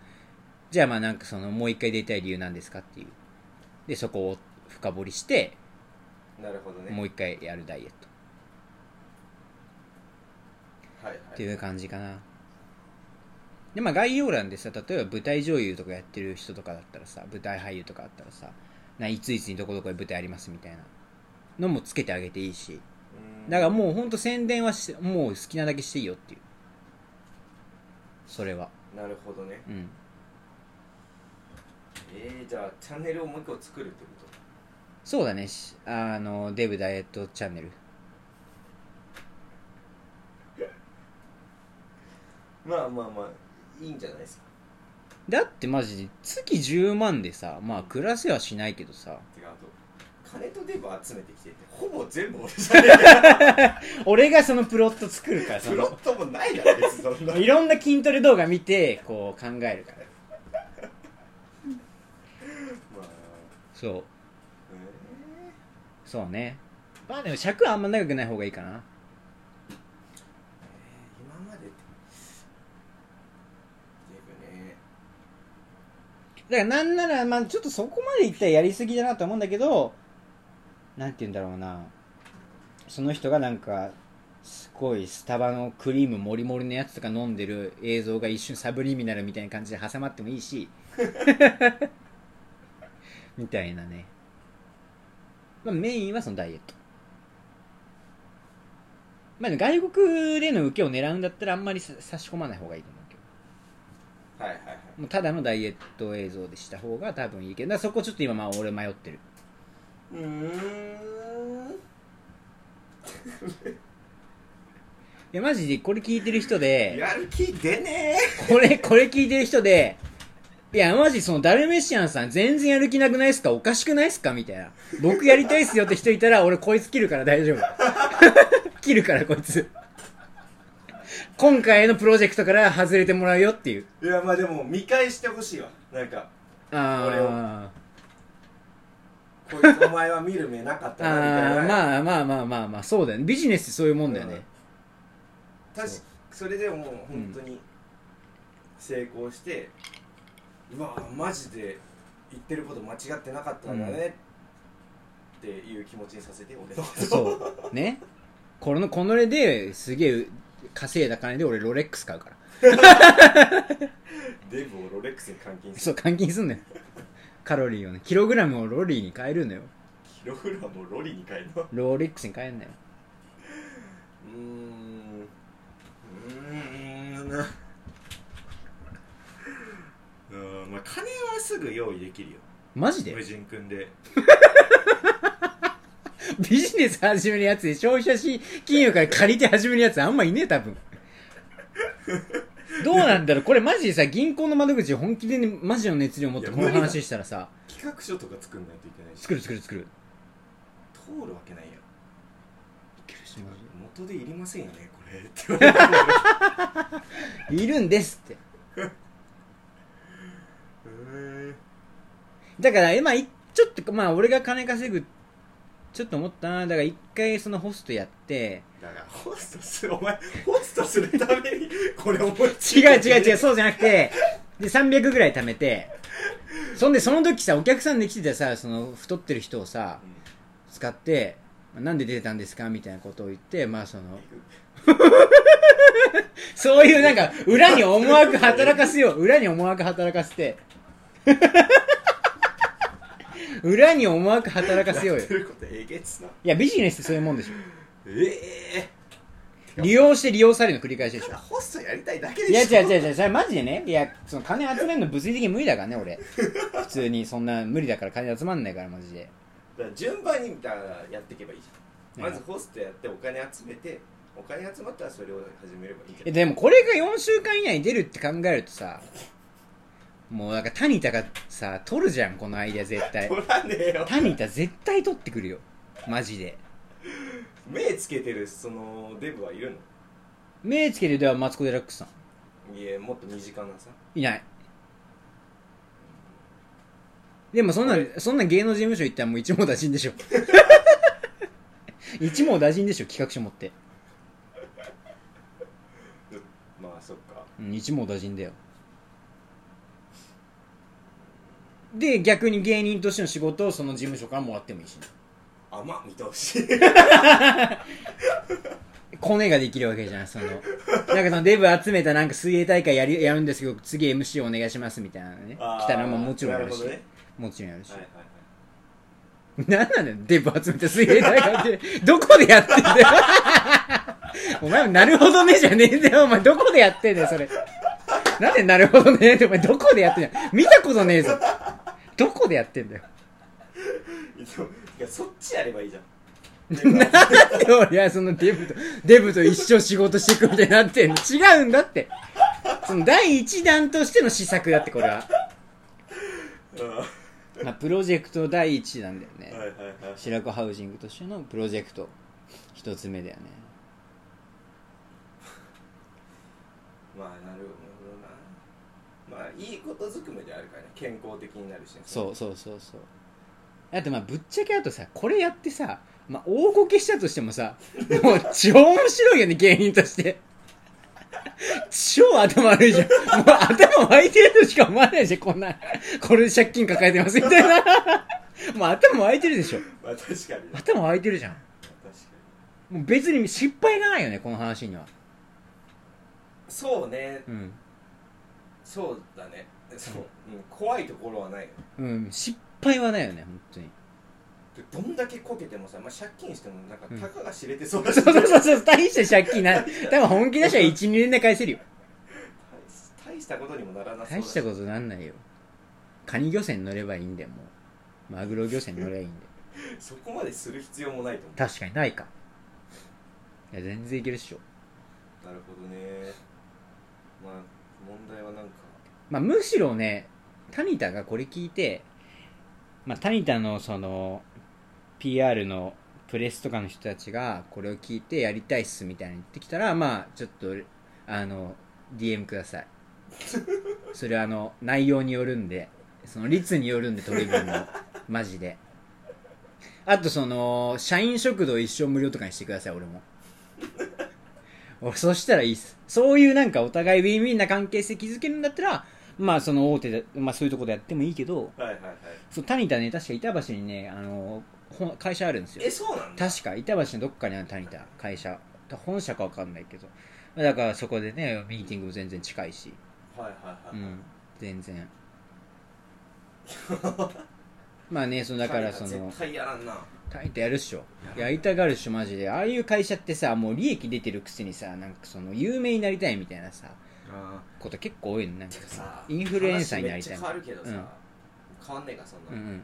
A: じゃあまあなんかそのもう一回出たい理由なんですかっていうでそこを深掘りして
B: なるほどね
A: もう一回やるダイエット
B: はいはい
A: っていう感じかなでまあ概要欄でさ例えば舞台女優とかやってる人とかだったらさ舞台俳優とかだったらさないついつにどこどこで舞台ありますみたいなのもつけてあげていいし
B: うん
A: だからもうほんと宣伝はしもう好きなだけしていいよっていうそれは
B: なるほどね
A: うん
B: えー、じゃあチャンネルをもう一個作るってこ
A: そうだねしあのデブダイエットチャンネル
B: とまあまあまあいいんじゃないですか
A: だってマジで月10万でさまあ暮らせはしないけどさ
B: てかあと金とデブ集めてきててほぼ全部俺じゃねえか
A: 俺がそのプロット作るからそ
B: プロ
A: の
B: ットもないだろ別にそんな
A: いろんな筋トレ動画見てこう考えるから
B: まあ
A: そう
B: え
A: そうねまあでも尺はあんま長くない方がいいかな
B: ー今までってデブね
A: だからなんなら、まあ、ちょっとそこまでいったらやりすぎだなと思うんだけどなんて言うんだろうなその人がなんかすごいスタバのクリームもりもりのやつとか飲んでる映像が一瞬サブリミナルみたいな感じで挟まってもいいしみたいなね、まあ、メインはそのダイエットまあでも外国での受けを狙うんだったらあんまりさ差し込まない方がいいと思うけど
B: はいはいはい
A: もうただのダイエット映像でした方が多分いいけどだからそこちょっと今まあ俺迷ってる
B: うーん
A: いやマジでこれ聞いてる人で
B: やる気出ね
A: これこれ聞いてる人でいやマジそのダルメシアンさん全然やる気なくないっすかおかしくないっすかみたいな僕やりたいっすよって人いたら俺こいつ切るから大丈夫 切るからこいつ今回のプロジェクトから外れてもらうよっていう
B: えいやまあでも見返してほしいわなんか俺を
A: あー
B: こいつお前は見る目なか
A: あ
B: ったなみたい
A: ー
B: な
A: まあまあまあまあまあそうだよねビジネスってそういうもんだよね、
B: 確かそれでもう本当に成功して、うわマジで言ってること間違ってなかったんだね、っていう気持ちにさせて俺のことを
A: そうねこのこのれですげえ稼いだ金で俺ロレックス買うから
B: デブをロレックスに換金す
A: そ
B: る
A: う換金すんのよカロリーをねキログラムをロリーに変えるのよ
B: キログラムをロリに変えるのう
A: ロレックスに変えんのよ
B: ーんうーんなうーん まあ金はすぐ用意できるよ
A: マジで
B: 無人君で
A: ビジネス始めるやつで消費者し金融から借りて始めるやつあんまいねえ多分どうなんだろうこれマジでさ銀行の窓口本気で、ね、マジの熱量持って
B: いや
A: この
B: 無理だ
A: 話したらさ
B: 企画書とか作んないといけないし
A: 作る作る作る
B: 通るわけないやん
A: マジ
B: 元でいりませんよねこれって 言われても
A: いるんですって
B: へ
A: だから、まあ、いちょっと、まあ、俺が金稼ぐ、ちょっと思ったな。だから、一回、そのホストやって、
B: ーだからホストするお前ホストするためにこれ思いつ
A: 違う
B: いた
A: 違う違う、そうじゃなくて、で、300ぐらい貯めて、そんで、その時さ、お客さんで来てたさ、その、太ってる人をさ、使って、なんで出てたんですかみたいなことを言って、まあ、その、 そういうなんか、裏に思惑働かせよう。裏に思惑働かせて。 裏に思惑働かせようよ
B: やっ。てることえげつない
A: や、ビジネスってそういうもんでしょ。
B: え
A: 利用して利用されるの繰り返しで
B: え
A: しょ
B: ただホストやりたいだけ
A: い
B: で
A: や
B: しょ
A: 違う違う違うそれマジでねいやその金集めるの物理的に無理だからね俺普通にそんな無理だから金集まんないからマジで
B: だから順番にだからやっていけばいいじゃん
A: う
B: ま
A: ん
B: ずホストやってお金集めてお金集まったらそれを始めればいいじゃ
A: え
B: ん
A: でもこれが4週間以内に出るって考えるとさもうなんかタニタがさ取るじゃんこのアイデア絶対
B: 取らねえよ
A: タニタ絶対取ってくるよマジで
B: 目つけてるそのデブはいる
A: 目つけてるではマツコ・デラックスさん
B: のいやもっと身近なさ
A: いないでもそんなんそんなん芸能事務所行ったらもう一網打尽でしょ 一網打尽でしょ企画書持って
B: まあそっか
A: うん、一網打尽だよで逆に芸人としての仕事をその事務所からもらってもいいし
B: 甘見通し
A: コネができるわけじゃんそ のなんかそのデブ集めたなんか水泳大会やりやるんですけど次 MC お願いしますみたいなのね
B: あー
A: 来たらもうもちろんやるし
B: なるほどね
A: もちろんやるし、
B: はいはいはい
A: 何なのよ、デブ集めた水泳大会って。どこでやってんだよ。お前もなるほどねじゃねえんだよ。お前どこでやってんだよ、それ。なんでなるほどねって、お前どこでやってんだよ。見たことねえぞ。どこでやってんだよ。
B: いやそっちやればいいじゃ ん
A: なんで俺はそのデブと、デブと一生仕事していくみたいになってんの違うんだって。その第一弾としての試作だって、これは。まあ、プロジェクトの第一弾だよね。
B: はいはいはい
A: 白子ハウジングとしてのプロジェクト一つ目だよね
B: まあなるほどなまあいいことずくめであるからね健康的になるしね
A: そうそうそうそうだってまあぶっちゃけあとさこれやってさ、まあ、大こけしたとしてもさもう超面白いよね芸人として超頭悪いじゃんもう頭湧いてるとしか思わないじゃんこんなこれで借金抱えてますみたいなもう頭湧いてるでしょ
B: まあ確かにね
A: 頭湧いてるじゃん
B: 確かに
A: もう別に失敗がないよねこの話には
B: そうね
A: うん、
B: そうだねそう、うん、怖いところはないよ
A: うん、失敗はないよね本当に
B: でどんだけこけてもさ、まあ、借金してもなんか
A: うん
B: たかが知れてそうだし、
A: そう そう
B: 大
A: そうそう、大した借金ない。多分本気出したら1、2年で返せるよ。
B: 大したことにもならなそうだ
A: 大したことなんないよ。カニ漁船乗ればいいんだよ、もう。マグロ漁船乗ればいいんだよ。
B: そこまでする必要もないと思
A: 確かにないか。いや、全然いけるっしょ。
B: うなるほどねまあ問題はなんか
A: まあ、むしろね、タニタがこれ聞いて、まあ、タニタのその、PR のプレスとかの人たちが、これを聞いてやりたいっすみたいに言ってきたら、まあ、ちょっと、あの、DM ください。それはあの、内容によるんで、その率によるんで、取り分の。マジで。あとその、社員食堂一生無料とかにしてください、俺も。俺そしたらいいっす。そういうなんかお互いウィンウィンな関係性築けるんだったら、まあその大手で、まあそういうとこでやってもいいけど、
B: はいはいはい
A: そう、タニタね、確か板橋にね、あの、ほん会社あるんですよ
B: え。そうなんだ
A: 確か、板橋のどっかにあるタニタ、会社。本社かわかんないけど。だからそこでね、ミーティングも全然近いし。
B: はいはいは
A: う
B: い、
A: ん、全然。 まあね、そのだからその
B: 絶、対やらんな
A: タニタやるっしょ。やりたがるっしょ、マジで。ああいう会社ってさ、もう利益出てるくせにさ、なんかその、有名になりたいみたいなさ、
B: あ
A: こと結構多いの、 なんか
B: てかさ
A: インフルエンサーになりたい
B: 話めっちゃ変わるけどさ、変わんねえかそんな
A: う、んうん。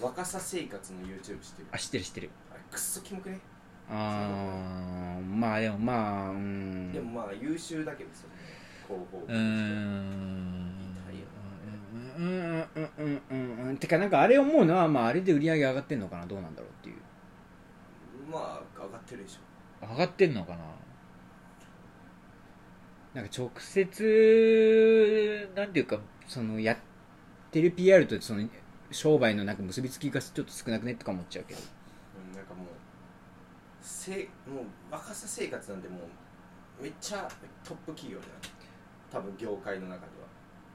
B: 若さ生活の YouTube 知ってる
A: あ、知ってる知ってる。
B: あれくっそキモくね、
A: あー、まあでもまあ、うーん。
B: でもまあ優秀だけどさ広報
A: うーん。うんうんうんうんうん。てか、なんかあれ思うのは、まああれで売り上げ上がってんのかな、どうなんだろうっていう。
B: まあ上がってるでしょ
A: 上がってんのかななんか直接なんていうかそのやってる PR とその商売のなんか結びつきがちょっと少なくねとか思っちゃうけど
B: うんなんかもうせもう若さ生活なんでもうめっちゃトップ企業だよ多分業界の中で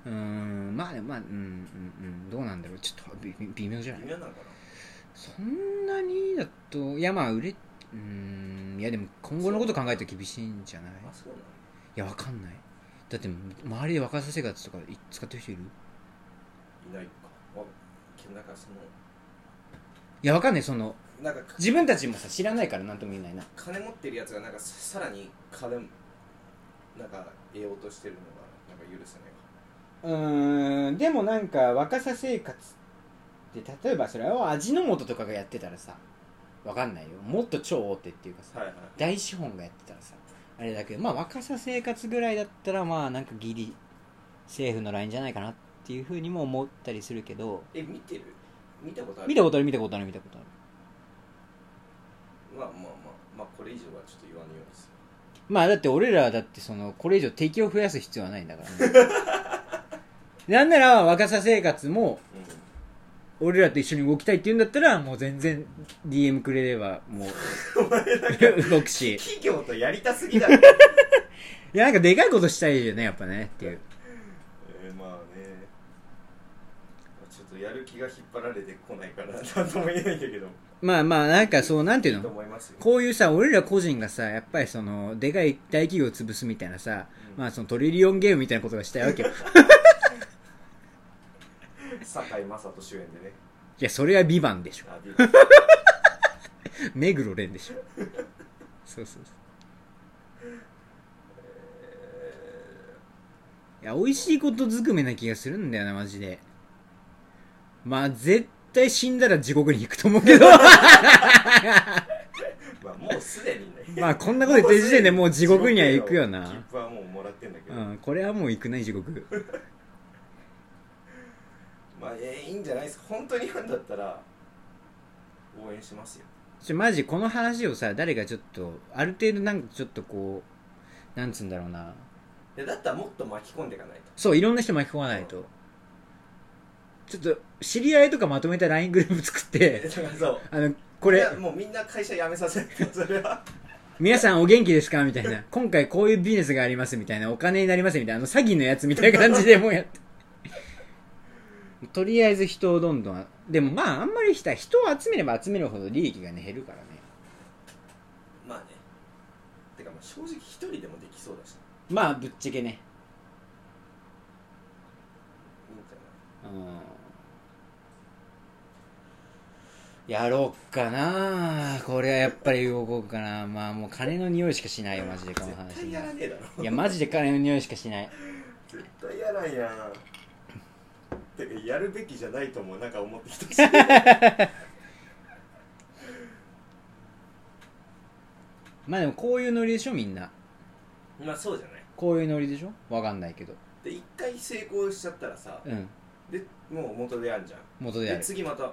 A: うーんまあでもまあうんうんうんどうなんだろうちょっとびび微妙じゃ
B: は
A: な
B: 微
A: い
B: 妙なのかな
A: そんなにだといやまあ売れうーんいやでも今後のこと考えると厳しいんじゃない
B: あそうなの
A: いやわかんないだって周りで若さ生活とかい使ってる人いる
B: いないかわけどなんかその
A: いやわかんないその
B: なんか
A: 自分たちもさ知らないから何とも言えないな
B: 金持ってるやつがなんかささらに金なんか得ようとしてるのがなんか許せないう
A: ーんでもなんか若さ生活って例えばそれを味の素とかがやってたらさわかんないよもっと超大手っていうかさ
B: わはいはい
A: 大資本がやってたらさあれだけどまあ若さ生活ぐらいだったらまあなんかギリセーフのラインじゃないかなっていうふうにも思ったりするけど
B: え見てる見たことある
A: 見たことある見たことある見たことある
B: まあまあまあまあこれ以上はちょっと言わぬようにする
A: まあだって俺らはだってそのこれ以上敵を増やす必要はないんだから、ね、なんなら若さ生活も俺らと一緒に動きたいって言うんだったらもう全然 DM くれればもう動くしい
B: 企業とやりたすぎだろ
A: やなんかでかいことしたいよねやっぱねっていう
B: えーまあねちょっとやる気が引っ張られてこないからなんとも言えないんだけど
A: まあまあなんかそうなんていう
B: と
A: の
B: 思いますよ
A: こういうさ俺ら個人がさやっぱりそのでかい大企業を潰すみたいなさ、
B: うん
A: まあそのトリリオンゲームみたいな ことがしたいわけよ
B: 堺雅人主演でね
A: いや、それは美版でしょ。
B: あびっくり
A: 目黒蓮でしょ。そうそうそう。いや、美味しいことずくめな気がするんだよな、マジで。まあ、絶対死んだら地獄に行くと思う けど。
B: まあもうすでに ね
A: まあ、こんなこと言ってる時点でもう地獄には行くよ
B: 地獄へ
A: な
B: の。切符はもうもらってんだけ
A: う
B: ど、
A: ん、これはもう行くない、地獄。
B: まあえーいいんじゃないですか本当にファンだったら応援しますよ
A: ちょマジこの話をさ誰かちょっとある程度なんかちょっとこうなんつうんだろうない
B: やだったらもっと巻き込んでいかないと
A: そういろんな人巻き込まないとちょっと知り合いとかまとめた LINE グループ作っ
B: え
A: て
B: だからそう
A: あのこ
B: こ
A: れ
B: もうみんな会社辞めさせてそれは
A: 皆さんお元気ですかみたい な今回こういうビジネスがありますみたいなお金になりますみたいなあの詐欺のやつみたいな感じでもうやってとりあえず人をどんどんでもまああんまりした人を集めれば集めるほど利益がね減るからね
B: まあねてかまあ正直一人でもできそうだし
A: まあぶっちゃけね
B: いいんじゃ
A: うんやろうかなこれはやっぱり動こうかなまあもう金の匂いしかしないよマジでこ
B: な
A: の
B: い絶
A: 話
B: 対やらねえだろ
A: いやマジで金の匂いしかしない
B: 絶対やらんやんてかやるべきじゃないと思うなんか思ってき たし
A: まあでもこういうノリでしょみんな
B: まあそうじゃない
A: こういうノリでしょわかんないけど
B: で一回成功しちゃったらさ
A: うん
B: でもう元でやんじゃん
A: 元であ
B: で
A: る
B: 次またあ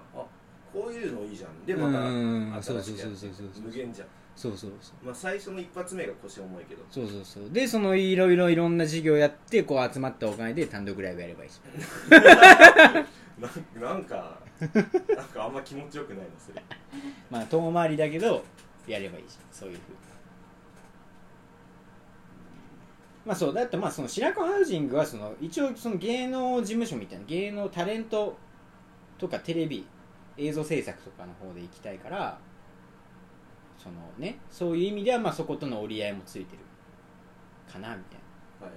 B: こういうのいいじゃんで
A: う
B: ま
A: ん
B: た
A: そう
B: 新
A: そ
B: し
A: うそ
B: くやっ
A: うそ
B: て
A: うそう
B: 無限じゃん
A: そうそうそう
B: まあ最初の一発目が腰重いけど
A: そうそうそうでそのいろいろいろんな事業やってこう集まったお金で単独ライブやればいいし
B: ななん かなんかあんま気持ちよくないなそれ
A: まあ遠回りだけどやればいいしそういうふうにまあそうだってまあその白子ハウジングはその一応その芸能事務所みたいな芸能タレントとかテレビ映像制作とかの方で行きたいからそのねそういう意味ではまあそことの折り合いもついてるかなみたい
B: はいはい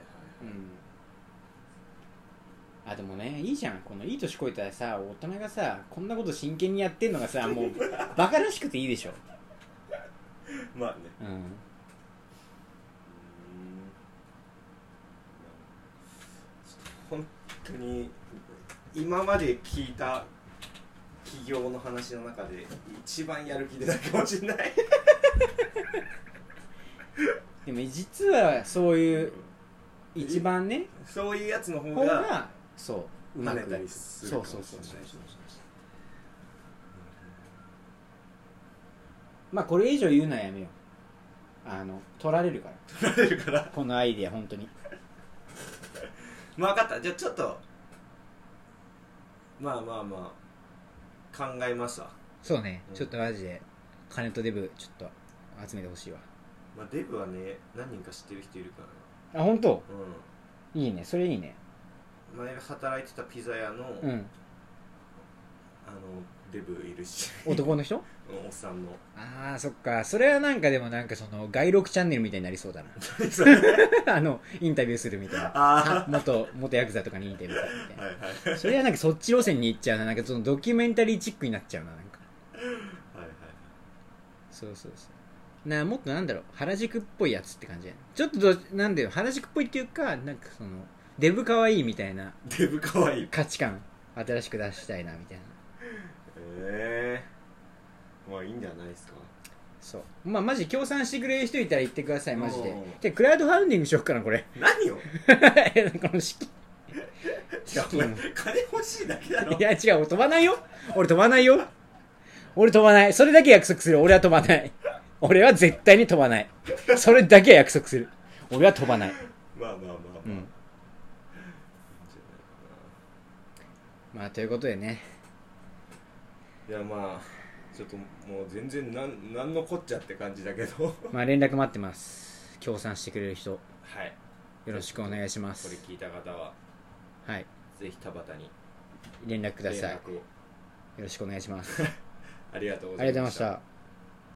A: なうんあでもねいいじゃんこのいい年こいたらさ大人がさこんなこと真剣にやってんのがさもうバカらしくていいでしょ
B: まあね
A: うん
B: うんちょっと本当に今まで聞いた企業の話の中で一番やる気出ないかもしれない
A: でも実はそういう一番ね
B: そういうやつの方
A: 方
B: が
A: がそううま
B: 跳ね
A: く
B: た
A: なる
B: り
A: そ
B: す
A: う
B: る
A: そ
B: か
A: う
B: も
A: そう
B: し
A: そ
B: れ
A: う
B: ない
A: まあこれ以上言うのはやめようあの取られるから
B: 取られるから
A: このアイディア本当に
B: まあ分かったじゃあちょっとまあまあまあ考えますわ、
A: そうね
B: うん
A: ちょっとマジで金とデブちょっと集めてほしいわ
B: まあ、デブはね何人か知ってる人いるからな
A: あ本当
B: う
A: いいねそれいいね
B: ん前働いてたピザ屋の、
A: う
B: あの
A: ん
B: デブいるし
A: 男の人
B: おっさんの
A: あーそっかそれはなんかでもなんかその外録チャンネルみたいになりそうだな あのインタビューするみたいな
B: あ
A: 元元ヤクザとかにインタビューするみたいな
B: あ はいはい
A: それはなんかそっち路線に行っちゃうななんかそのドキュメンタリーチックになっちゃうななんか
B: はいはい
A: そうそうそうなもっとなんだろう原宿っぽいやつって感じやなちょっとどなんだよ原宿っぽいっていうかなんかそのデブ可愛いみたいな
B: デブかわいい
A: 価値観新しく出したいなみたいな
B: ええまあいいんじゃないですか
A: そうまあマジ協賛してくれる人いたら言ってくださいマジで
B: おう
A: でクラウドファウンディングしよっかなこれ
B: 何を
A: この式
B: いやお前金欲しいだけだろ
A: いや違う俺飛ばないよ俺飛ばないよ俺飛ばないそれだけ約束する俺は飛ばない俺は絶対に飛ばないそれだけは約束する俺は飛ばない
B: まあまあまあまあ、
A: う
B: いいん
A: ん
B: じゃ
A: まあということでね
B: ないかないやまあちょっともう全然なんなんのこっちゃって感じだけど
A: まあ連絡待ってます協賛してくれる人よ
B: はい
A: ろしくお願いしま
B: これ
A: す
B: 聞いた方は
A: はい
B: ぜひ田畑に
A: 連絡くだ
B: 連
A: さいよ
B: 絡を
A: ろしくお願いします
B: ありがとうご
A: あ
B: ざ
A: りがとうご
B: い
A: ざい
B: ま
A: ま
B: し
A: したた